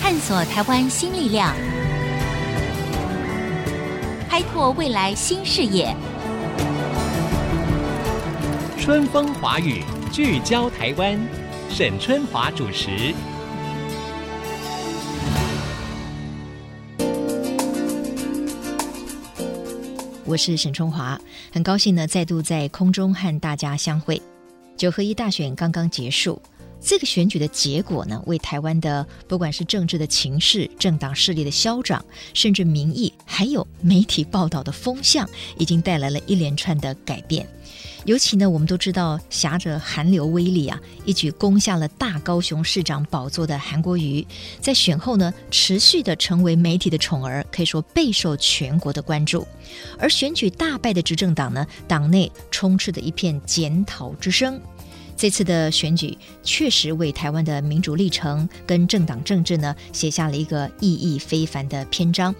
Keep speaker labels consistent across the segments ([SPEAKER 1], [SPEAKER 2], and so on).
[SPEAKER 1] 探索台湾新力量，开拓未来新视野。
[SPEAKER 2] 春风华语聚焦台湾，沈春华主持。
[SPEAKER 3] 我是沈春华，很高兴呢再度在空中和大家相会。九合一大选刚刚结束，这个选举的结果呢，为台湾的不管是政治的情势、政党势力的消长，甚至民意，还有媒体报道的风向，已经带来了一连串的改变。尤其呢，我们都知道，挟着韩流威力啊，一举攻下了大高雄市长宝座的韩国瑜，在选后呢，持续的成为媒体的宠儿，可以说备受全国的关注。而选举大败的执政党呢，党内充斥着一片检讨之声。这次的选举确实为台湾的民主历程跟政党政治呢，写下了一个意义非凡的篇章。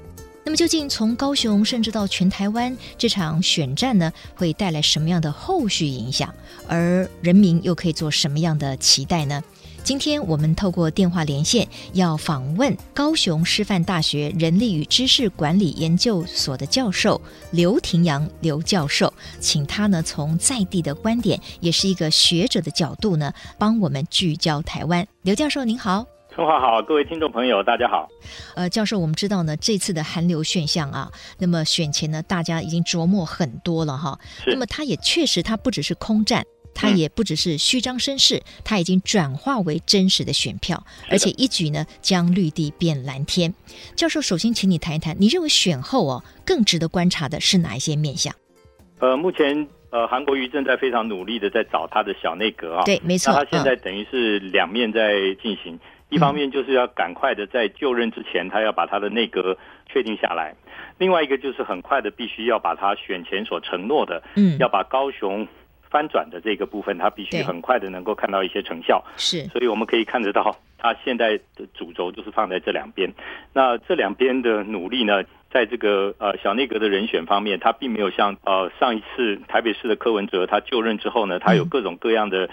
[SPEAKER 3] 那么，究竟从高雄甚至到全台湾这场选战呢，会带来什么样的后续影响？而人民又可以做什么样的期待呢？今天我们透过电话连线，要访问高雄师范大学人力与知识管理研究所的教授刘廷阳刘教授，请他呢从在地的观点，也是一个学者的角度呢，帮我们聚焦台湾。刘教授您好。
[SPEAKER 4] 春华好，各位听众朋友，大家好。
[SPEAKER 3] 呃，教授，我们知道呢，这次的寒流现象啊，那么选前呢，大家已经琢磨很多了哈。
[SPEAKER 4] 是嗯
[SPEAKER 3] 那么它也确实，它不只是空战，它也不只是虚张声势，它已经转化为真实的选票，而且一举呢将绿地变蓝天。教授，首先请你谈一谈，你认为选后哦更值得观察的是哪一些面向？
[SPEAKER 4] 呃，目前呃，韩国瑜正在非常努力的在找他的小内阁啊。，
[SPEAKER 3] 对，没错
[SPEAKER 4] 那，他现
[SPEAKER 3] 嗯
[SPEAKER 4] 在等于是两面在进行，一方面就是要赶快的在就任之前，他要把他的内阁确定下来；，另外一个就是很快的必须要把他选前所承诺的，
[SPEAKER 3] 嗯
[SPEAKER 4] 要把高雄翻转的这个部分，他必须
[SPEAKER 3] 对
[SPEAKER 4] 很快的能够看到一些成效。
[SPEAKER 3] 是
[SPEAKER 4] 所以我们可以看得到，它现在的主轴就是放在这两边。那这两边的努力呢，在这个呃小内阁的人选方面，它并没有像呃上一次台北市的柯文哲他就任之后呢，他有
[SPEAKER 3] 嗯
[SPEAKER 4] 各种各样的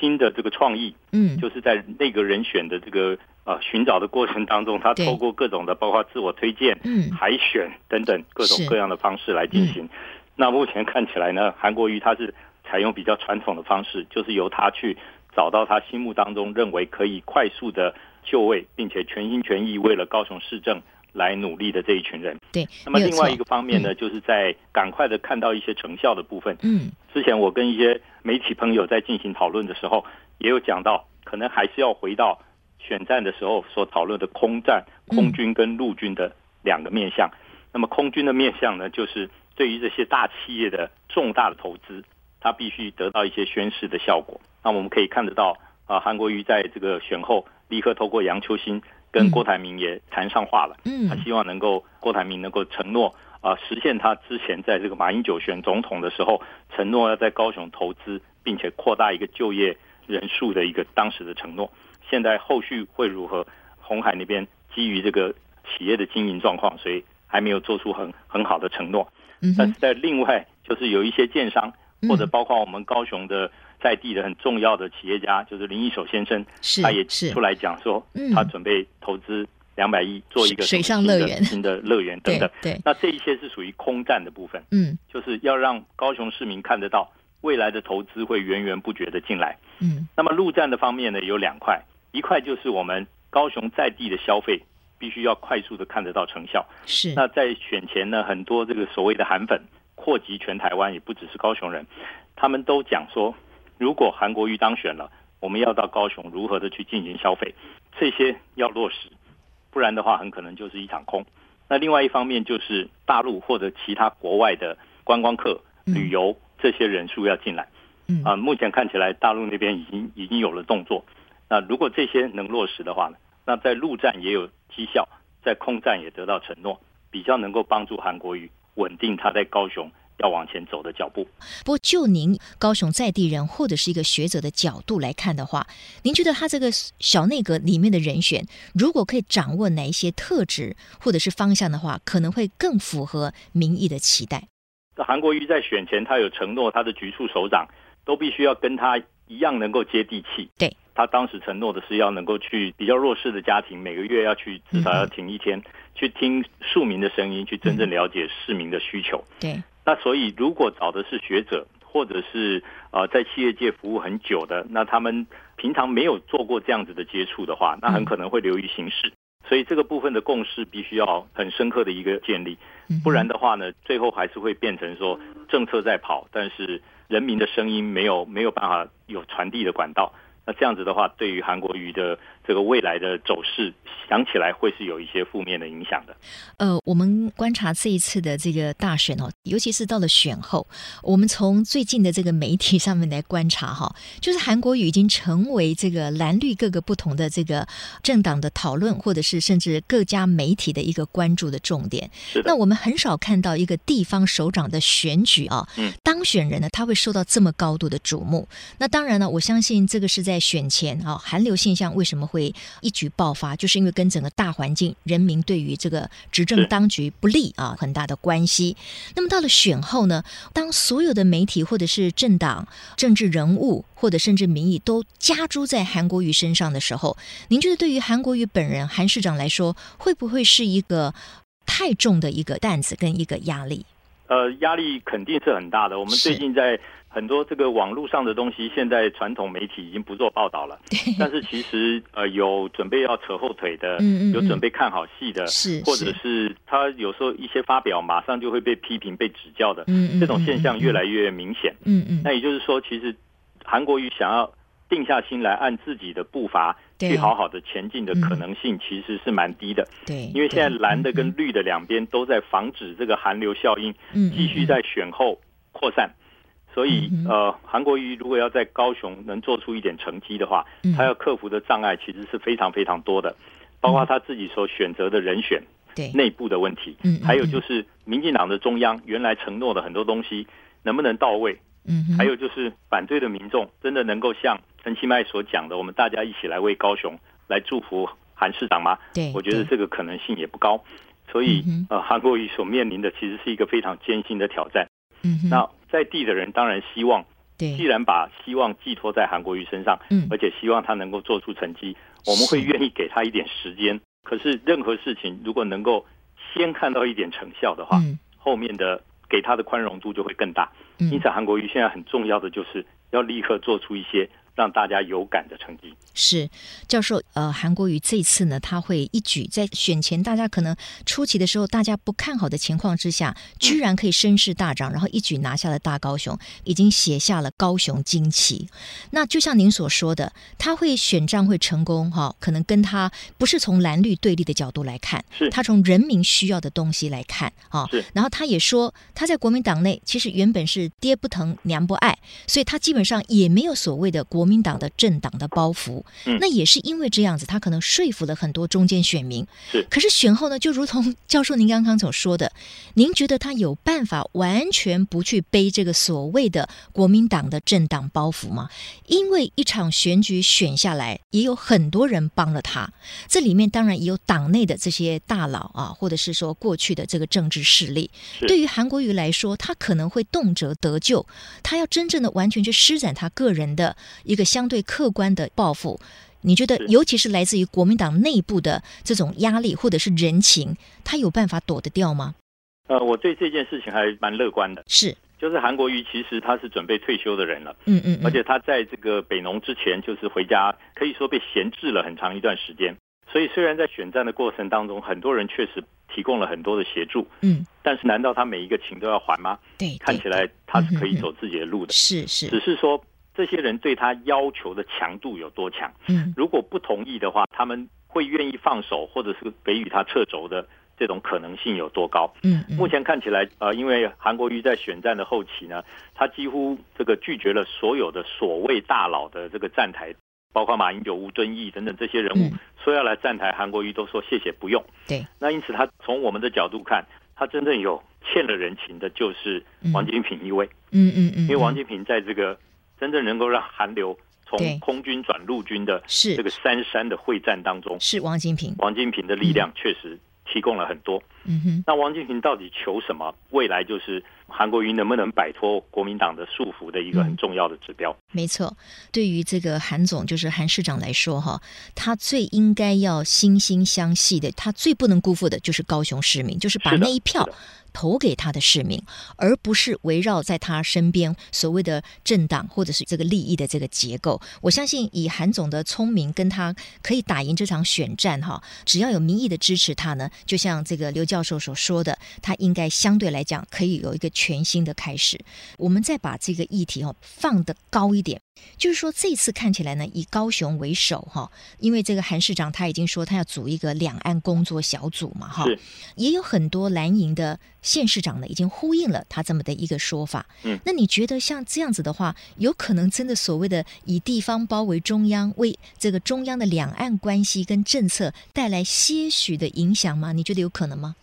[SPEAKER 4] 新的这个创意，
[SPEAKER 3] 嗯
[SPEAKER 4] 就是在内阁人选的这个呃寻找的过程当中，他
[SPEAKER 3] 对
[SPEAKER 4] 透过各种的包括自我推荐、
[SPEAKER 3] 嗯
[SPEAKER 4] 海选等等各种
[SPEAKER 3] 是嗯
[SPEAKER 4] 各样的方式来进行。那目前看起来呢，韩国瑜他是采用比较传统的方式，就是由他去找到他心目当中认为可以快速的就位，并且全心全意为了高雄市政来努力的这一群人。
[SPEAKER 3] 对，
[SPEAKER 4] 那么
[SPEAKER 3] 没有
[SPEAKER 4] 另
[SPEAKER 3] 错
[SPEAKER 4] 外一个方面呢，就是在赶快的看到一些成效的部分。
[SPEAKER 3] 嗯
[SPEAKER 4] 之前我跟一些媒体朋友在进行讨论的时候，也有讲到，可能还是要回到选战的时候所讨论的空战、
[SPEAKER 3] 嗯
[SPEAKER 4] 空军跟陆军的两个面向。那么空军的面向呢，就是对于这些大企业的重大的投资，它必须得到一些宣示的效果。那我们可以看得到，啊、韩国瑜在这个选后立刻透过杨秋兴跟
[SPEAKER 3] 嗯
[SPEAKER 4] 郭台铭也谈上话了。他
[SPEAKER 3] 嗯
[SPEAKER 4] 希望能够郭台铭能够承诺啊、实现他之前在这个马英九选总统的时候承诺要在高雄投资，并且扩大一个就业人数的一个当时的承诺。现在后续会如何？红海那边基于这个企业的经营状况，所以还没有做出很很好的承诺。
[SPEAKER 3] 嗯
[SPEAKER 4] 但
[SPEAKER 3] 哼
[SPEAKER 4] 是在另外就是有一些建商
[SPEAKER 3] 嗯
[SPEAKER 4] 或者包括我们高雄的在地的很重要的企业家，就是林一手先生，
[SPEAKER 3] 是
[SPEAKER 4] 他也
[SPEAKER 3] 是
[SPEAKER 4] 出来讲说
[SPEAKER 3] 嗯，
[SPEAKER 4] 他准备投资两百亿做一个
[SPEAKER 3] 水
[SPEAKER 4] 什
[SPEAKER 3] 上
[SPEAKER 4] 么
[SPEAKER 3] 乐
[SPEAKER 4] 新的
[SPEAKER 3] 园
[SPEAKER 4] 新的乐园等
[SPEAKER 3] 对
[SPEAKER 4] 等。
[SPEAKER 3] 对
[SPEAKER 4] 那这一些是属于空战的部分，
[SPEAKER 3] 嗯
[SPEAKER 4] 就是要让高雄市民看得到未来的投资会源源不绝的进来。
[SPEAKER 3] 嗯
[SPEAKER 4] 那么陆战的方面呢，有两块，一块就是我们高雄在地的消费必须要快速的看得到成效。
[SPEAKER 3] 是
[SPEAKER 4] 那在选前呢，很多这个所谓的韩粉扩及全台湾，也不只是高雄人，他们都讲说，如果韩国瑜当选了，我们要到高雄如何的去进行消费，这些要落实，不然的话很可能就是一场空。那另外一方面就是大陆或者其他国外的观光客、
[SPEAKER 3] 嗯
[SPEAKER 4] 旅游这些人数要进来。
[SPEAKER 3] 嗯
[SPEAKER 4] 啊，目前看起来大陆那边已经已经有了动作。那如果这些能落实的话呢，那在陆战也有绩效，在空战也得到承诺，比较能够帮助韩国瑜稳定他在高雄要往前走的脚步。
[SPEAKER 3] 不过，就您高雄在地人或者是一个学者的角度来看的话，您觉得他这个小内阁里面的人选，如果可以掌握哪一些特质或者是方向的话，可能会更符合民意的期待。
[SPEAKER 4] 那韩国瑜在选前他有承诺，他的局处首长都必须要跟他一样能够接地气，
[SPEAKER 3] 对，
[SPEAKER 4] 他当时承诺的是要能够去比较弱势的家庭，每个月要去至少要停一天，去听庶民的声音，去真正了解市民的需求。
[SPEAKER 3] 对，
[SPEAKER 4] 那所以，如果找的是学者，或者是呃在企业界服务很久的，那他们平常没有做过这样子的接触的话，那很可能会流于形式。所以这个部分的共识必须要很深刻的一个建立，
[SPEAKER 3] 嗯哼
[SPEAKER 4] 不然的话呢，最后还是会变成说政策在跑，但是人民的声音没有没有办法有传递的管道。那这样子的话，对于韩国瑜的这个未来的走势，想起来会是有一些负面的影响的。
[SPEAKER 3] 呃，我们观察这一次的这个大选哦，尤其是到了选后，我们从最近的这个媒体上面来观察哈，就是韩国瑜已经成为这个蓝绿各个不同的这个政党的讨论，或者是甚至各家媒体的一个关注的重点。
[SPEAKER 4] 是的
[SPEAKER 3] 那，我们很少看到一个地方首长的选举啊，
[SPEAKER 4] 嗯
[SPEAKER 3] 当选人呢他会受到这么高度的瞩目。那当然了，我相信这个是在选前啊，韩流现象为什么会一举爆发，就是因为跟整个大环境、人民对于这个执政
[SPEAKER 4] 是
[SPEAKER 3] 当局不利啊很大的关系。那么到了选后呢，当所有的媒体或者是政党、政治人物或者甚至民意都加诸在韩国瑜身上的时候，您觉得对于韩国瑜本人、韩市长来说，会不会是一个太重的一个担子跟一个压力？
[SPEAKER 4] 呃，压力肯定是很大的。我们
[SPEAKER 3] 是
[SPEAKER 4] 最近在很多这个网络上的东西，现在传统媒体已经不做报道 了，但是其实呃有准备要扯后腿的，
[SPEAKER 3] 嗯嗯嗯
[SPEAKER 4] 有准备看好戏的，
[SPEAKER 3] 是
[SPEAKER 4] 呃或者
[SPEAKER 3] 是
[SPEAKER 4] 是他有时候一些发表马上就会被批评、被指教的，
[SPEAKER 3] 嗯嗯
[SPEAKER 4] 这种现象越来
[SPEAKER 3] 越
[SPEAKER 4] 越明显。
[SPEAKER 3] 嗯嗯
[SPEAKER 4] 那也就是说，其实韩国瑜想要定下心来，按自己的步伐
[SPEAKER 3] 对
[SPEAKER 4] 去好好的前进的
[SPEAKER 3] 嗯
[SPEAKER 4] 可能性，其实是蛮低的。
[SPEAKER 3] 对，
[SPEAKER 4] 因为现在
[SPEAKER 3] 对
[SPEAKER 4] 蓝的
[SPEAKER 3] 嗯
[SPEAKER 4] 跟绿的两边都在防止这个寒流效应
[SPEAKER 3] 嗯嗯
[SPEAKER 4] 继续在选后扩散，所以
[SPEAKER 3] 嗯哼
[SPEAKER 4] 呃，韩国瑜如果要在高雄能做出一点成绩的话，
[SPEAKER 3] 嗯
[SPEAKER 4] 他要克服的障碍其实是非常非常多的，包括他自己所选择的人选
[SPEAKER 3] 对
[SPEAKER 4] 内部的问题
[SPEAKER 3] 嗯嗯，
[SPEAKER 4] 还有就是民进党的中央原来承诺的很多东西能不能到位，
[SPEAKER 3] 嗯哼
[SPEAKER 4] 还有就是反对的民众真的能够像陈其迈所讲的，我们大家一起来为高雄来祝福韩市长吗？
[SPEAKER 3] 对，
[SPEAKER 4] 我觉得
[SPEAKER 3] 对
[SPEAKER 4] 这个可能性也不高。所以
[SPEAKER 3] 嗯，
[SPEAKER 4] 呃，韩国瑜所面临的其实是一个非常艰辛的挑战。
[SPEAKER 3] 嗯哼
[SPEAKER 4] 那在地的人当然希望，既
[SPEAKER 3] 对
[SPEAKER 4] 然把希望寄托在韩国瑜身上，
[SPEAKER 3] 嗯
[SPEAKER 4] 而且希望他能够做出成绩，我们会愿意给他一点时间。可是，任何事情如果能够先看到一点成效的话，
[SPEAKER 3] 嗯
[SPEAKER 4] 后面的给他的宽容度就会更大。
[SPEAKER 3] 嗯
[SPEAKER 4] 因此，韩国瑜现在很重要的就是要立刻做出一些让大家有感的成绩。
[SPEAKER 3] 是教授，呃，韩国瑜这次呢，他会一举在选前大家可能初期的时候大家不看好的情况之下，
[SPEAKER 4] 嗯
[SPEAKER 3] 居然可以声势大涨，然后一举拿下了大高雄，已经写下了高雄惊奇。那就像您所说的，他会选战会成功哈、可能跟他不是从蓝绿对立的角度来看，
[SPEAKER 4] 是
[SPEAKER 3] 他从人民需要的东西来看啊、
[SPEAKER 4] 是
[SPEAKER 3] 然后他也说，他在国民党内其实原本是爹不疼娘不爱，所以他基本上也没有所谓的国民党的政党的包袱。
[SPEAKER 4] 嗯
[SPEAKER 3] 那也是因为这样子，他可能说服了很多中间选民。
[SPEAKER 4] 是
[SPEAKER 3] 可是选后呢，就如同教授您刚刚所说的，您觉得他有办法完全不去背这个所谓的国民党的政党包袱吗？因为一场选举选下来，也有很多人帮了他，这里面当然也有党内的这些大佬啊，或者是说过去的这个政治势力。
[SPEAKER 4] 是
[SPEAKER 3] 对于韩国瑜来说，他可能会动辄得咎，他要真正的完全去施展他个人的一个相对客观的抱负。你觉得
[SPEAKER 4] 是，
[SPEAKER 3] 尤其是来自于国民党内部的这种压力或者是人情，他有办法躲得掉吗？
[SPEAKER 4] 呃，我对这件事情还蛮乐观的。
[SPEAKER 3] 是，
[SPEAKER 4] 就是韩国瑜其实他是准备退休的人了，
[SPEAKER 3] 嗯嗯，嗯
[SPEAKER 4] 而且他在这个北农之前就是回家，可以说被闲置了很长一段时间。所以虽然在选战的过程当中，很多人确实提供了很多的协助，
[SPEAKER 3] 嗯，
[SPEAKER 4] 但是难道他每一个情都要还吗？
[SPEAKER 3] 对，
[SPEAKER 4] 看起
[SPEAKER 3] 对
[SPEAKER 4] 来他是可
[SPEAKER 3] 嗯嗯
[SPEAKER 4] 以
[SPEAKER 3] 嗯
[SPEAKER 4] 走自己的路的，
[SPEAKER 3] 是是
[SPEAKER 4] 只，是说这些人对他要求的强度有多强。
[SPEAKER 3] 嗯
[SPEAKER 4] 如果不同意的话，他们会愿意放手，或者是给予他掣肘的这种可能性有多高？
[SPEAKER 3] 嗯嗯，
[SPEAKER 4] 目前看起来，呃，因为韩国瑜在选战的后期呢，他几乎这个拒绝了所有的所谓大佬的这个站台，包括马英九、吴敦义等等这些人物
[SPEAKER 3] 嗯，
[SPEAKER 4] 说要来站台，韩国瑜都说谢谢不用。
[SPEAKER 3] 对，
[SPEAKER 4] 那因此他从我们的角度看，他真正有欠了人情的就是王金平一位，
[SPEAKER 3] 嗯嗯嗯，
[SPEAKER 4] 因为王
[SPEAKER 3] 嗯
[SPEAKER 4] 金平在这个真正能够让韩流
[SPEAKER 3] 对
[SPEAKER 4] 从空军转陆军的
[SPEAKER 3] 嗯是
[SPEAKER 4] 这个三山的会战当中，
[SPEAKER 3] 是王金平，
[SPEAKER 4] 王金平的力量确实提供了很多。
[SPEAKER 3] 嗯哼，
[SPEAKER 4] 那王金平到底求什么？未来就是韩国瑜能不能摆脱国民党的束缚的一
[SPEAKER 3] 嗯
[SPEAKER 4] 个很重要的指标。
[SPEAKER 3] 没错。对于这个韩总，就是韩市长来说，哈，他最应该要惺惺相惜的，他最不能辜负的就是高雄市民，就是把
[SPEAKER 4] 是的
[SPEAKER 3] 那一票
[SPEAKER 4] 是的
[SPEAKER 3] 投给他的市民，而不是围绕在他身边所谓的政党或者是这个利益的这个结构。我相信以韩总的聪明，跟他可以打赢这场选战，哈，只要有民意的支持他呢，就像这个刘教授所说的，他应该相对来讲可以有一个全新的开始。我们再把这个议题哦放得高一点，就是说这次看起来呢，以高雄为首哈，因为这个韩市长他已经说他要组一个两岸工作小组嘛哈
[SPEAKER 4] 是，
[SPEAKER 3] 也有很多蓝营的县市长呢已经呼应了他这么的一个说法。
[SPEAKER 4] 嗯，
[SPEAKER 3] 那你觉得像这样子的话，有可能真的所谓的以地方包围中央，为这个中央的两岸关系跟政策带来些许的影响吗？你觉得有可能吗？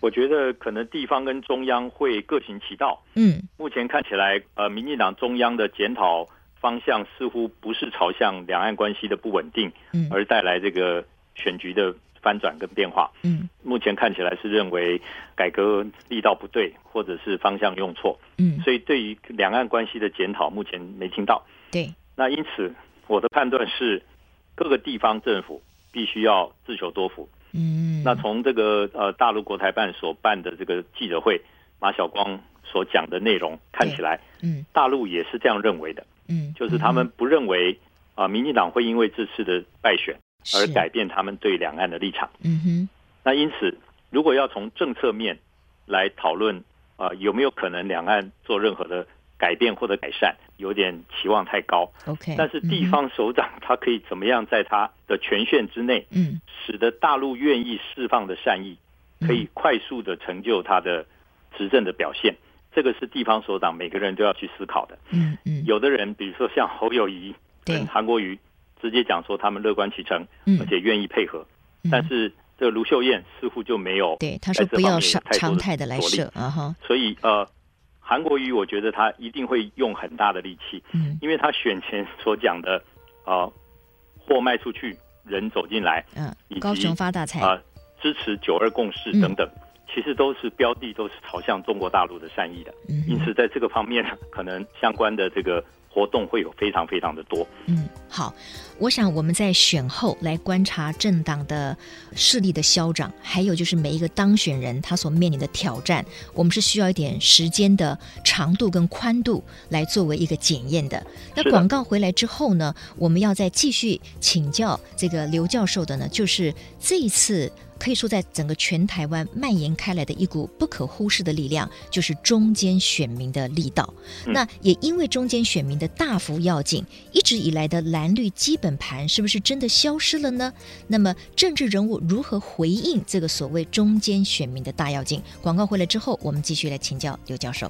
[SPEAKER 4] 我觉得可能地方跟中央会各行其道。
[SPEAKER 3] 嗯
[SPEAKER 4] 目前看起来，呃，民进党中央的检讨方向似乎不是朝向两岸关系的不稳定
[SPEAKER 3] 嗯
[SPEAKER 4] 而带来这个选局的翻转跟变化。
[SPEAKER 3] 嗯
[SPEAKER 4] 目前看起来是认为改革力道不对，或者是方向用错，
[SPEAKER 3] 嗯，
[SPEAKER 4] 所以对于两岸关系的检讨，目前没听到。
[SPEAKER 3] 对，
[SPEAKER 4] 那因此，我的判断是，各个地方政府必须要自求多福。
[SPEAKER 3] 嗯，
[SPEAKER 4] 那从这个呃大陆国台办所办的这个记者会，马晓光所讲的内容，看起来
[SPEAKER 3] 嗯
[SPEAKER 4] 大陆也是这样认为的，
[SPEAKER 3] 嗯，
[SPEAKER 4] 就是他们不认为啊、民进党会因为这次的败选而
[SPEAKER 3] 是
[SPEAKER 4] 改变他们对两岸的立场。
[SPEAKER 3] 嗯哼，
[SPEAKER 4] 那因此，如果要从政策面来讨论，呃，有没有可能两岸做任何的改变或者改善，有点期望太高。
[SPEAKER 3] OK，
[SPEAKER 4] 但是地
[SPEAKER 3] 嗯
[SPEAKER 4] 方首长他可以怎么样在他的权限之内，
[SPEAKER 3] 嗯
[SPEAKER 4] 使得大陆愿意释放的善意，可以快速的成就他的执政的表现。这个是地方首长每个人都要去思考的。
[SPEAKER 3] 嗯嗯，
[SPEAKER 4] 有的人，比如说像侯友谊
[SPEAKER 3] 对
[SPEAKER 4] 跟韩国瑜，直接讲说他们乐观其成，
[SPEAKER 3] 嗯
[SPEAKER 4] 而且愿意配合。
[SPEAKER 3] 嗯
[SPEAKER 4] 但是这个卢秀燕似乎就没有
[SPEAKER 3] 对他
[SPEAKER 4] 在
[SPEAKER 3] 说
[SPEAKER 4] 这
[SPEAKER 3] 不
[SPEAKER 4] 方
[SPEAKER 3] 要
[SPEAKER 4] 面有
[SPEAKER 3] 常
[SPEAKER 4] 太多
[SPEAKER 3] 常态的来
[SPEAKER 4] 着力
[SPEAKER 3] 设啊哈，
[SPEAKER 4] 所以呃，韩国瑜我觉得他一定会用很大的力气，
[SPEAKER 3] 嗯
[SPEAKER 4] 因为他选前所讲的呃，货卖出去，人走进来
[SPEAKER 3] 嗯
[SPEAKER 4] 以，及
[SPEAKER 3] 高雄发大财，
[SPEAKER 4] 啊、呃支持九二共识等等，其实都是标的，都是朝向中国大陆的善意的。
[SPEAKER 3] 嗯
[SPEAKER 4] 因此，在这个方面，可能相关的这个活动会有非常非常的多。
[SPEAKER 3] 嗯，好，我想我们在选后来观察政党的势力的消长，还有就是每一个当选人他所面临的挑战，我们是需要一点时间的长度跟宽度来作为一个检验的。那
[SPEAKER 4] 是的
[SPEAKER 3] 广告回来之后呢，我们要再继续请教这个刘教授的呢，就是这一次。可以说，在整个全台湾蔓延开来的一股不可忽视的力量，就是中间选民的力道。
[SPEAKER 4] 嗯
[SPEAKER 3] 那也因为中间选民的大幅要进，一直以来的蓝绿基本盘是不是真的消失了呢？那么政治人物如何回应这个所谓中间选民的大要进？广告回来之后，我们继续来请教刘教授。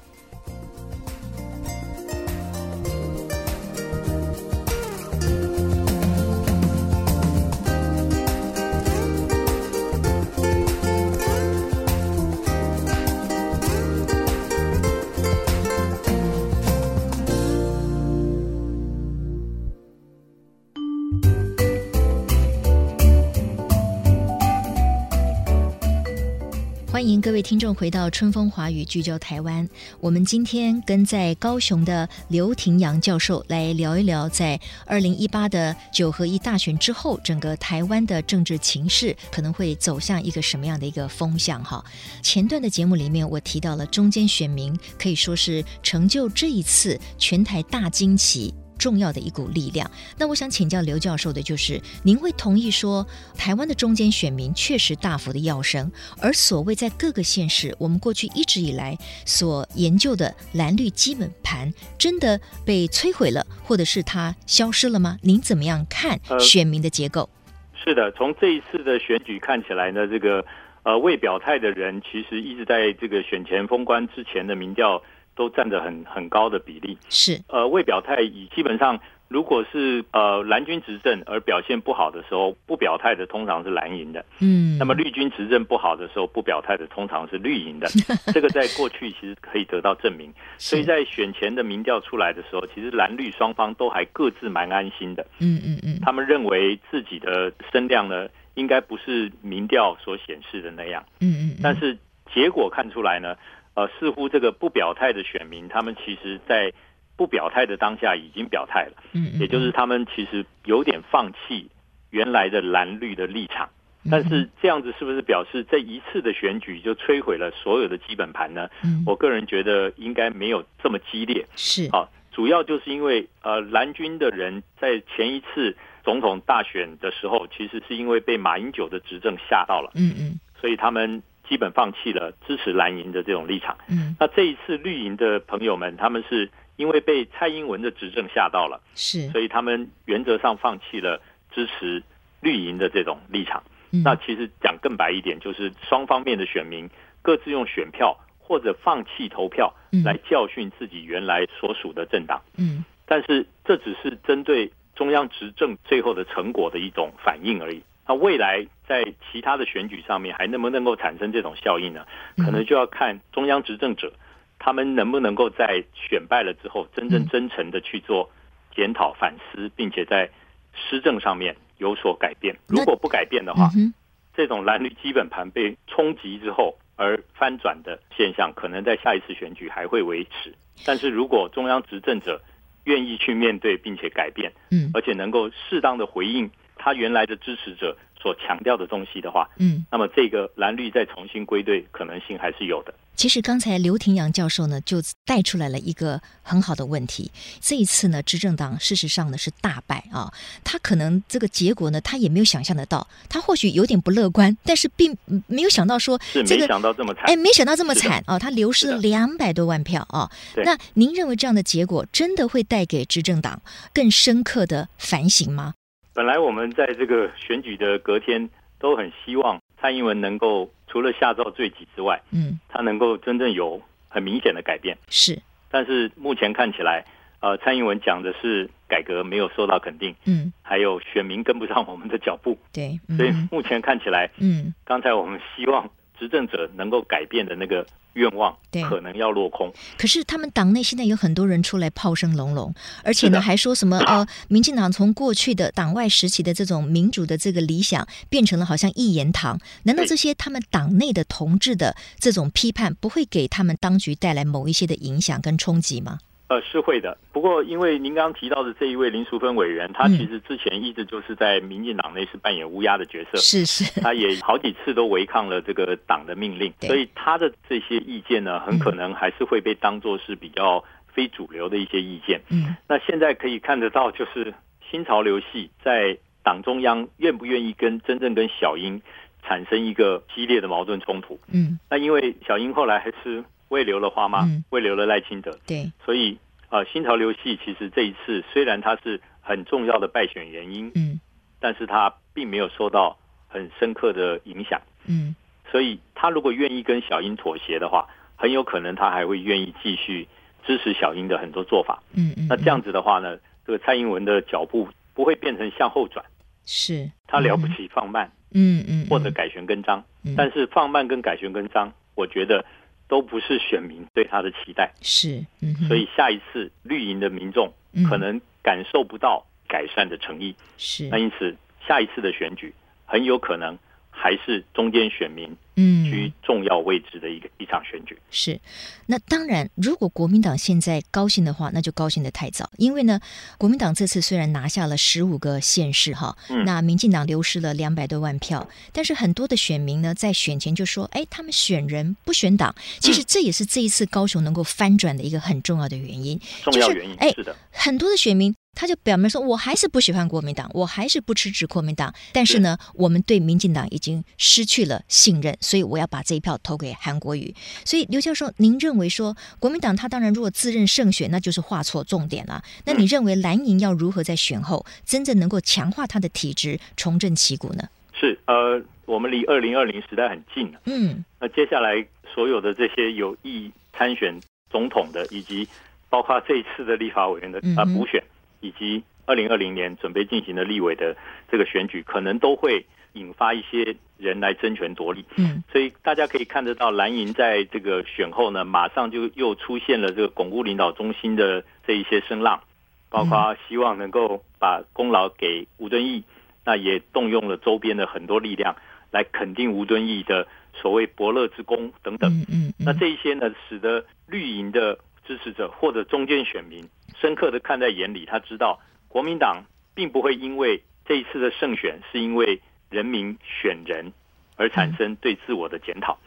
[SPEAKER 3] 欢迎各位听众回到《春风华语》，聚焦台湾。我们今天跟在高雄的刘廷阳教授来聊一聊，在二零一八的九合一大选之后，整个台湾的政治情势可能会走向一个什么样的一个风向？哈，前段的节目里面我提到了中间选民可以说是成就这一次全台大惊奇。重要的一股力量。那我想请教刘教授的就是，您会同意说，台湾的中间选民确实大幅的要升，而所谓在各个县市，我们过去一直以来所研究的蓝绿基本盘，真的被摧毁了，或者是它消失了吗？您怎么样看
[SPEAKER 4] 呃
[SPEAKER 3] 选民的结构？
[SPEAKER 4] 是的，从这一次的选举看起来呢，这个呃未表态的人，其实一直在这个选前封关之前的民调都占着很很高的比例。
[SPEAKER 3] 是，
[SPEAKER 4] 呃，未表态以基本上如果是呃蓝军执政而表现不好的时候，不表态的通常是蓝营的；
[SPEAKER 3] 嗯，
[SPEAKER 4] 那么绿军执政不好的时候，不表态的通常是绿营 的。这个在过去其实可以得到证明。所以
[SPEAKER 3] 是
[SPEAKER 4] 在选前的民调出来的时候，其实蓝绿双方都还各自蛮安心的。
[SPEAKER 3] 嗯嗯嗯，
[SPEAKER 4] 他们认为自己的声量呢，应该不是民调所显示的那样。
[SPEAKER 3] 嗯嗯，
[SPEAKER 4] 但是结果看出来呢，呃，似乎这个不表态的选民，他们其实在不表态的当下已经表态了，
[SPEAKER 3] 嗯嗯，
[SPEAKER 4] 也就是他们其实有点放弃原来的蓝绿的立场。
[SPEAKER 3] 嗯
[SPEAKER 4] 但是这样子是不是表示这一次的选举就摧毁了所有的基本盘呢？
[SPEAKER 3] 嗯
[SPEAKER 4] 我个人觉得应该没有这么激烈。
[SPEAKER 3] 是
[SPEAKER 4] 啊，主要就是因为呃，蓝军的人在前一次总统大选的时候，其实是因为被马英九的执政吓到了，
[SPEAKER 3] 嗯嗯
[SPEAKER 4] 所以他们基本放弃了支持蓝营的这种立场。
[SPEAKER 3] 嗯
[SPEAKER 4] 那这一次绿营的朋友们，他们是因为被蔡英文的执政吓到了，
[SPEAKER 3] 是
[SPEAKER 4] 所以他们原则上放弃了支持绿营的这种立场。
[SPEAKER 3] 嗯
[SPEAKER 4] 那其实讲更白一点，就是双方面的选民各自用选票或者放弃投票
[SPEAKER 3] 嗯
[SPEAKER 4] 来教训自己原来所属的政党。
[SPEAKER 3] 嗯
[SPEAKER 4] 但是这只是针对中央执政最后的成果的一种反应而已。那未来在其他的选举上面还能不能够产生这种效应呢？
[SPEAKER 3] 嗯
[SPEAKER 4] 可能就要看中央执政者他们能不能够在选败了之后，真正
[SPEAKER 3] 嗯
[SPEAKER 4] 真诚的去做检讨反思，并且在施政上面有所改变。
[SPEAKER 3] 那
[SPEAKER 4] 如果不改变的
[SPEAKER 3] 嗯
[SPEAKER 4] 话，
[SPEAKER 3] 哼
[SPEAKER 4] 这种蓝绿基本盘被冲击之后而翻转的现象，可能在下一次选举还会维持。但是如果中央执政者愿意去面对并且改变，
[SPEAKER 3] 嗯
[SPEAKER 4] 而且能够适当的回应他原来的支持者所强调的东西的话，
[SPEAKER 3] 嗯。
[SPEAKER 4] 那么这个蓝绿再重新归队可能性还是有的。
[SPEAKER 3] 其实刚才刘庭阳教授呢，就带出来了一个很好的问题。这一次呢，执政党事实上呢是大败啊，他可能这个结果呢，他也没有想象得到，他或许有点不乐观，但是并嗯没有想到说
[SPEAKER 4] 是
[SPEAKER 3] 这
[SPEAKER 4] 没
[SPEAKER 3] 个。
[SPEAKER 4] 想到这么惨。
[SPEAKER 3] 哎，没想到这么
[SPEAKER 4] 是的
[SPEAKER 3] 惨啊！他流失了
[SPEAKER 4] 是
[SPEAKER 3] 两百多万票啊！
[SPEAKER 4] 对
[SPEAKER 3] 那您认为这样的结果真的会带给执政党更深刻的反省吗？
[SPEAKER 4] 本来我们在这个选举的隔天都很希望蔡英文能够除了下诏罪己之外，
[SPEAKER 3] 嗯，
[SPEAKER 4] 他能够真正有很明显的改变。
[SPEAKER 3] 是，
[SPEAKER 4] 但是目前看起来，呃，蔡英文讲的是改革没有受到肯定，
[SPEAKER 3] 嗯，
[SPEAKER 4] 还有选民跟不上我们的脚步，
[SPEAKER 3] 对，嗯
[SPEAKER 4] 所以
[SPEAKER 3] 哼
[SPEAKER 4] 目前看起来，
[SPEAKER 3] 嗯，
[SPEAKER 4] 刚才我们希望执政者能够改变的那个愿望
[SPEAKER 3] 对，
[SPEAKER 4] 可能要落空。
[SPEAKER 3] 可是他们党内现在有很多人出来炮声隆隆，而且
[SPEAKER 4] 是
[SPEAKER 3] 呢
[SPEAKER 4] 的
[SPEAKER 3] 还说 什么呃，民进党从过去的党外时期的这种民主的这个理想，变成了好像一言堂。难道
[SPEAKER 4] 对
[SPEAKER 3] 这些他们党内的同志的这种批判，不会给他们当局带来某一些的影响跟冲击吗？
[SPEAKER 4] 呃，是会的。不过，因为您刚刚提到的这一位林淑芬委员，她
[SPEAKER 3] 嗯
[SPEAKER 4] 其实之前一直就是在民进党内是扮演乌鸦的角色，
[SPEAKER 3] 是 是，
[SPEAKER 4] 他也好几次都违抗了这个党的命令，
[SPEAKER 3] 对
[SPEAKER 4] 所以他的这些意见呢，很可能还是会被当作是比较非主流的一些意见。
[SPEAKER 3] 嗯
[SPEAKER 4] 那现在可以看得到，就是新潮流系在党中央愿不愿意跟真正跟小英产生一个激烈的矛盾冲突？
[SPEAKER 3] 嗯，
[SPEAKER 4] 那因为小英后来还是未留了花妈
[SPEAKER 3] 嗯，
[SPEAKER 4] 未留了赖清德，
[SPEAKER 3] 对，
[SPEAKER 4] 所以呃，新潮流系其实这一次虽然它是很重要的败选原因，
[SPEAKER 3] 嗯
[SPEAKER 4] 但是它并没有受到很深刻的影响。
[SPEAKER 3] 嗯
[SPEAKER 4] 所以他如果愿意跟小英妥协的话，很有可能他还会愿意继续支持小英的很多做法。
[SPEAKER 3] 嗯嗯，
[SPEAKER 4] 那这样子的话呢，这个蔡英文的脚步不会变成向后转，
[SPEAKER 3] 是
[SPEAKER 4] 他了不，起放慢
[SPEAKER 3] 嗯嗯，嗯
[SPEAKER 4] 或者改弦更张
[SPEAKER 3] 嗯，
[SPEAKER 4] 但是放慢跟改弦更张，我觉得都不是选民对他的期待，
[SPEAKER 3] 是，嗯哼，
[SPEAKER 4] 所以下一次绿营的民众
[SPEAKER 3] 嗯
[SPEAKER 4] 可能感受不到改善的诚意，
[SPEAKER 3] 是
[SPEAKER 4] 那因此下一次的选举很有可能还是中间选民
[SPEAKER 3] 嗯
[SPEAKER 4] 居重要位置的一个一场选举。
[SPEAKER 3] 是，那当然，如果国民党现在高兴的话，那就高兴的太早，因为呢，国民党这次虽然拿下了十五个县市哈，
[SPEAKER 4] 嗯
[SPEAKER 3] 那民进党流失了两百多万票，但是很多的选民呢，在选前就说，哎，他们选人不选党，其实这也是这一次高雄能够翻转的一个很重要的原因。
[SPEAKER 4] 重要原因、
[SPEAKER 3] 就是哎
[SPEAKER 4] 是的，
[SPEAKER 3] 很多的选民他就表明说，我还是不喜欢国民党，我还是不支持国民党，但是呢，我们对民进党已经失去了信任，所以我要把这一票投给韩国瑜。所以刘教授，您认为说国民党他当然如果自认胜选，那就是画错重点了。
[SPEAKER 4] 嗯
[SPEAKER 3] 那你认为蓝营要如何在选后真正能够强化他的体质，重振旗鼓呢？
[SPEAKER 4] 是呃，我们离二零二零时代很近了。啊
[SPEAKER 3] 嗯
[SPEAKER 4] 那接下来所有的这些有意参选总统的，以及包括这一次的立法委员的
[SPEAKER 3] 嗯
[SPEAKER 4] 啊
[SPEAKER 3] 哼
[SPEAKER 4] 补选，以及二零二零年准备进行的立委的这个选举，可能都会引发一些人来争权夺利。
[SPEAKER 3] 嗯
[SPEAKER 4] 所以大家可以看得到，蓝营在这个选后呢，马上就又出现了这个巩固领导中心的这一些声浪，包括希望能够把功劳给吴敦义，那也动用了周边的很多力量来肯定吴敦义的所谓伯乐之功等等。
[SPEAKER 3] 嗯嗯嗯，
[SPEAKER 4] 那这一些呢，使得绿营的支持者或者中间选民深刻的看在眼里，他知道国民党并不会因为这一次的胜选是因为人民选人而产生对自我的检讨，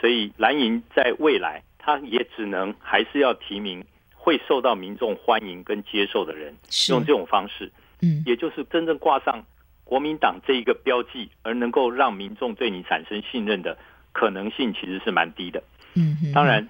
[SPEAKER 4] 所以蓝营在未来，他也只能还是要提名会受到民众欢迎跟接受的人，
[SPEAKER 3] 是
[SPEAKER 4] 用这种方式，
[SPEAKER 3] 嗯
[SPEAKER 4] 也就是真正挂上国民党这一个标记，而能够让民众对你产生信任的可能性其实是蛮低的。
[SPEAKER 3] 嗯嗯，
[SPEAKER 4] 当然，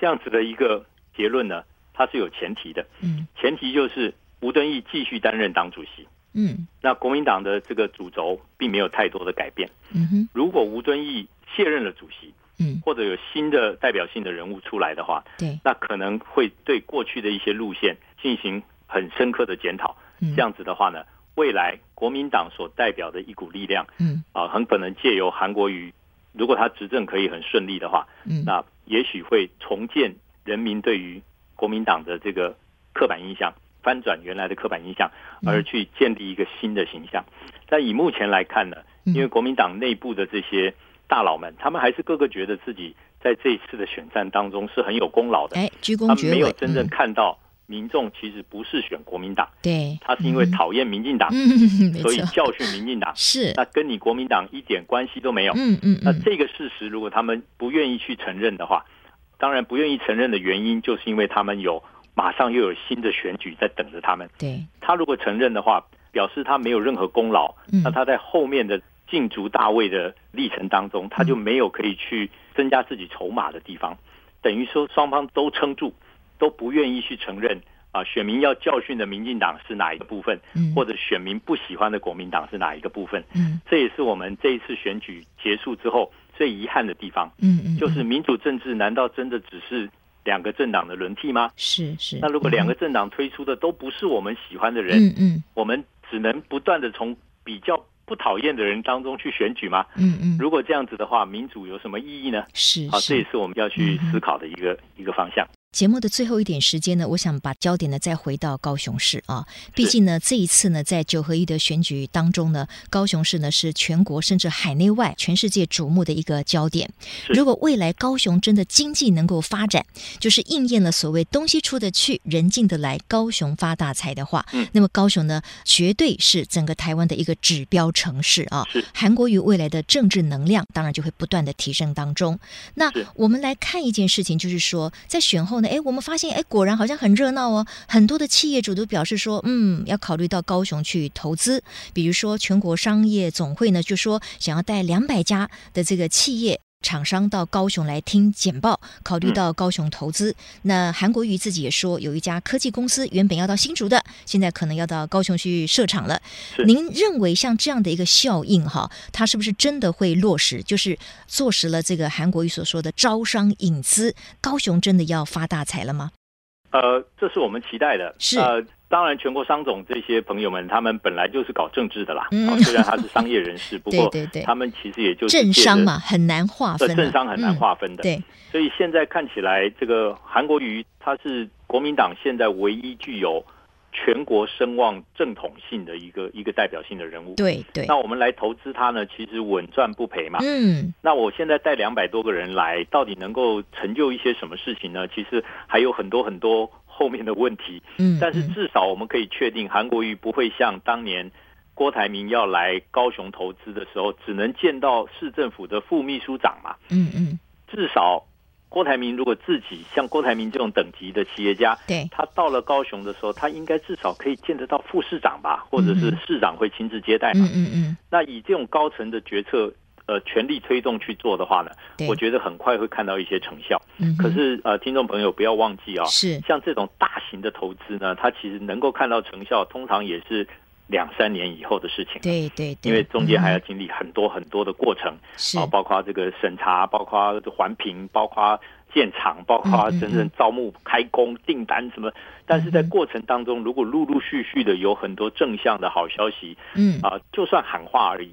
[SPEAKER 4] 这样子的一个结论呢，它是有前提的，
[SPEAKER 3] 嗯
[SPEAKER 4] 前提就是吴敦义继续担任党主席。
[SPEAKER 3] 嗯
[SPEAKER 4] 那国民党的这个主轴并没有太多的改变。
[SPEAKER 3] 嗯哼
[SPEAKER 4] 如果吴敦义卸任了主席，
[SPEAKER 3] 嗯
[SPEAKER 4] 或者有新的代表性的人物出来的话，
[SPEAKER 3] 对
[SPEAKER 4] 那可能会对过去的一些路线进行很深刻的检讨。
[SPEAKER 3] 嗯
[SPEAKER 4] 这样子的话呢，未来国民党所代表的一股力量
[SPEAKER 3] 嗯
[SPEAKER 4] 啊、很可能借由韩国瑜，如果他执政可以很顺利的话，
[SPEAKER 3] 嗯
[SPEAKER 4] 那也许会重建人民对于国民党的这个刻板印象，翻转原来的刻板印象，
[SPEAKER 3] 嗯
[SPEAKER 4] 而去建立一个新的形象。但以目前来看呢，
[SPEAKER 3] 嗯
[SPEAKER 4] 因为国民党内部的这些大佬们，他们还是个个觉得自己在这一次的选战当中是很有功劳的，
[SPEAKER 3] 哎鞠
[SPEAKER 4] 他
[SPEAKER 3] 躬
[SPEAKER 4] 们
[SPEAKER 3] 绝
[SPEAKER 4] 没有
[SPEAKER 3] 尾，
[SPEAKER 4] 真正
[SPEAKER 3] 嗯
[SPEAKER 4] 看到民众其实不是选国民党，
[SPEAKER 3] 对，
[SPEAKER 4] 他是因为
[SPEAKER 3] 嗯
[SPEAKER 4] 讨厌民进党，
[SPEAKER 3] 嗯没
[SPEAKER 4] 所以
[SPEAKER 3] 错
[SPEAKER 4] 教训民进党，
[SPEAKER 3] 是
[SPEAKER 4] 那跟你国民党一点关系都没有。
[SPEAKER 3] 嗯嗯
[SPEAKER 4] 那
[SPEAKER 3] 嗯
[SPEAKER 4] 这个事实，如果他们不愿意去承认的话，当然不愿意承认的原因，就是因为他们有马上又有新的选举在等着他们。
[SPEAKER 3] 对
[SPEAKER 4] 他如果承认的话，表示他没有任何功劳，
[SPEAKER 3] 嗯
[SPEAKER 4] 那他在后面的竞逐大位的历程当
[SPEAKER 3] 嗯
[SPEAKER 4] 中，他就没有可以去增加自己筹码的地方，等于说双方都撑住，都不愿意去承认啊、选民要教训的民进党是哪一个部分，
[SPEAKER 3] 嗯
[SPEAKER 4] 或者选民不喜欢的国民党是哪一个部分。
[SPEAKER 3] 嗯
[SPEAKER 4] 这也是我们这一次选举结束之后最遗憾的地方，
[SPEAKER 3] 嗯嗯
[SPEAKER 4] 就是
[SPEAKER 3] 嗯
[SPEAKER 4] 民主政治难道真的只是两个政党的轮替吗？
[SPEAKER 3] 是是
[SPEAKER 4] 那如果两个
[SPEAKER 3] 嗯
[SPEAKER 4] 政党推出的都不是我们喜欢的人，
[SPEAKER 3] 嗯嗯
[SPEAKER 4] 我们只能不断的从比较不讨厌的人当中去选举吗？
[SPEAKER 3] 嗯嗯
[SPEAKER 4] 如果这样子的话，民主有什么意义呢？
[SPEAKER 3] 是嗯
[SPEAKER 4] 好，这
[SPEAKER 3] 是
[SPEAKER 4] 也。是我们要去思考的一个一个方向。
[SPEAKER 3] 节目的最后一点时间呢，我想把焦点呢再回到高雄市啊，毕竟呢这一次呢在九合一的选举当中呢，高雄市呢是全国甚至海内外全世界瞩目的一个焦点。
[SPEAKER 4] 是
[SPEAKER 3] 如果未来高雄真的经济能够发展，就是应验了所谓东西出得去，人进得来，高雄发大财的话，
[SPEAKER 4] 嗯
[SPEAKER 3] 那么高雄呢绝对是整个台湾的一个指标城市啊
[SPEAKER 4] 是。
[SPEAKER 3] 韩国瑜未来的政治能量当然就会不断的提升当中。那
[SPEAKER 4] 是
[SPEAKER 3] 我们来看一件事情，就是说，在选后呢，哎，我们发现，哎，果然好像很热闹哦。很多的企业主都表示说，嗯，要考虑到高雄去投资。比如说，全国商业总会呢，就说想要带两百家的这个企业。厂商到高雄来听简报，考虑到高雄投资。那韩国瑜自己也说，有一家科技公司原本要到新竹的，现在可能要到高雄去设厂了。
[SPEAKER 4] 是
[SPEAKER 3] 您认为像这样的一个效应哈，它是不是真的会落实？就是坐实了这个韩国瑜所说的招商引资，高雄真的要发大财了吗？
[SPEAKER 4] 呃，这是我们期待的。
[SPEAKER 3] 是
[SPEAKER 4] 呃，当然，全国商总这些朋友们，他们本来就是搞政治的啦。
[SPEAKER 3] 嗯
[SPEAKER 4] 啊虽然他是商业 人士，不
[SPEAKER 3] 对
[SPEAKER 4] 过
[SPEAKER 3] 对对，
[SPEAKER 4] 他们其实也就是
[SPEAKER 3] 政
[SPEAKER 4] 借着
[SPEAKER 3] 商嘛，很难划
[SPEAKER 4] 这
[SPEAKER 3] 分、啊，
[SPEAKER 4] 政商很难划分
[SPEAKER 3] 嗯
[SPEAKER 4] 的。
[SPEAKER 3] 对，
[SPEAKER 4] 所以现在看起来，这个韩国瑜他是国民党现在唯一具有全国声望正统性的一个一个代表性的人物。
[SPEAKER 3] 对对，
[SPEAKER 4] 那我们来投资他呢，其实稳赚不赔嘛。
[SPEAKER 3] 嗯
[SPEAKER 4] 那我现在带两百多个人来，到底能够成就一些什么事情呢？其实还有很多很多后面的问题。
[SPEAKER 3] 嗯，
[SPEAKER 4] 但是
[SPEAKER 3] 嗯
[SPEAKER 4] 至少我们可以确定，韩国瑜不会像当年郭台铭要来高雄投资的时候，只能见到市政府的副秘书长嘛。
[SPEAKER 3] 嗯嗯，
[SPEAKER 4] 至少郭台铭如果自己像郭台铭这种等级的企业家，
[SPEAKER 3] 对，
[SPEAKER 4] 他到了高雄的时候，他应该至少可以见得到副市长吧，或者是
[SPEAKER 3] 嗯
[SPEAKER 4] 市长会亲自接待嘛。
[SPEAKER 3] 嗯嗯嗯，
[SPEAKER 4] 那以这种高层的决策，呃，全力推动去做的话呢，
[SPEAKER 3] 对，
[SPEAKER 4] 我觉得很快会看到一些成效。
[SPEAKER 3] 嗯哼
[SPEAKER 4] 可是呃，听众朋友不要忘记啊、
[SPEAKER 3] 是
[SPEAKER 4] 像这种大型的投资呢，它其实能够看到成效，通常也是两三年以后的事情。
[SPEAKER 3] 对对对，
[SPEAKER 4] 因为中间还要
[SPEAKER 3] 嗯
[SPEAKER 4] 经历很多很多的过程，
[SPEAKER 3] 是
[SPEAKER 4] 啊，包括这个审查，包括环评，包括建厂，包括
[SPEAKER 3] 嗯嗯
[SPEAKER 4] 真正招募、开工、订单什么。但是在
[SPEAKER 3] 嗯嗯
[SPEAKER 4] 过程当中，如果陆陆续续的有很多正向的好消息
[SPEAKER 3] 嗯，
[SPEAKER 4] 啊、就算喊话而已，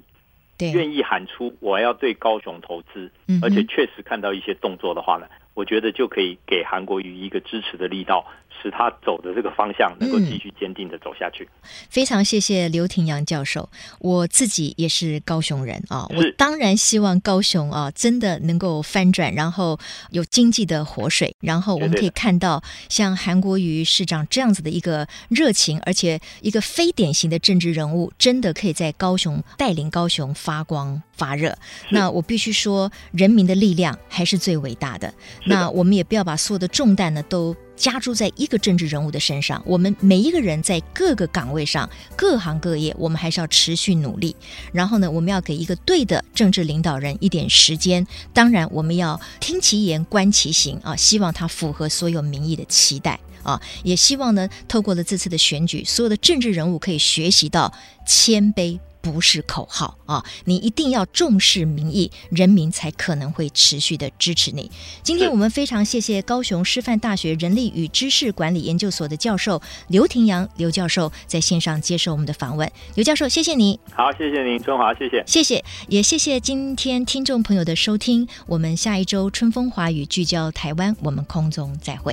[SPEAKER 3] 对，
[SPEAKER 4] 愿意喊出我要对高雄投资，
[SPEAKER 3] 嗯哼
[SPEAKER 4] 而且确实看到一些动作的话呢，我觉得就可以给韩国瑜一个支持的力道，使他走的这个方向
[SPEAKER 3] 嗯
[SPEAKER 4] 能够继续坚定的走下去。
[SPEAKER 3] 非常谢谢刘廷阳教授。我自己也是高雄人啊，
[SPEAKER 4] 是
[SPEAKER 3] 我当然希望高雄啊真的能够翻转，然后有经济的活水，然后我们
[SPEAKER 4] 绝对的
[SPEAKER 3] 可以看到像韩国瑜市长这样子的一个热情，而且一个非典型的政治人物，真的可以在高雄带领高雄发光发热。那我必须说，人民的力量还是最伟大的。
[SPEAKER 4] 是的
[SPEAKER 3] 那我们也不要把所有的重担呢都加注在一个政治人物的身上。我们每一个人在各个岗位上、各行各业，我们还是要持续努力。然后呢，我们要给一个对的政治领导人一点时间。当然，我们要听其言，观其行啊，希望他符合所有民意的期待。啊，也希望呢，透过了这次的选举，所有的政治人物可以学习到谦卑不是口号啊，你一定要重视民意，人民才可能会持续的支持你。今天
[SPEAKER 4] 是
[SPEAKER 3] 我们非常谢谢高雄师范大学人力与知识管理研究所的教授刘廷阳刘教授在线上接受我们的访问，刘教授，谢谢你，
[SPEAKER 4] 好，谢谢您，春华，谢谢。
[SPEAKER 3] 谢谢，也谢谢今天听众朋友的收听，我们下一周春风华语聚焦台湾，我们空中再会。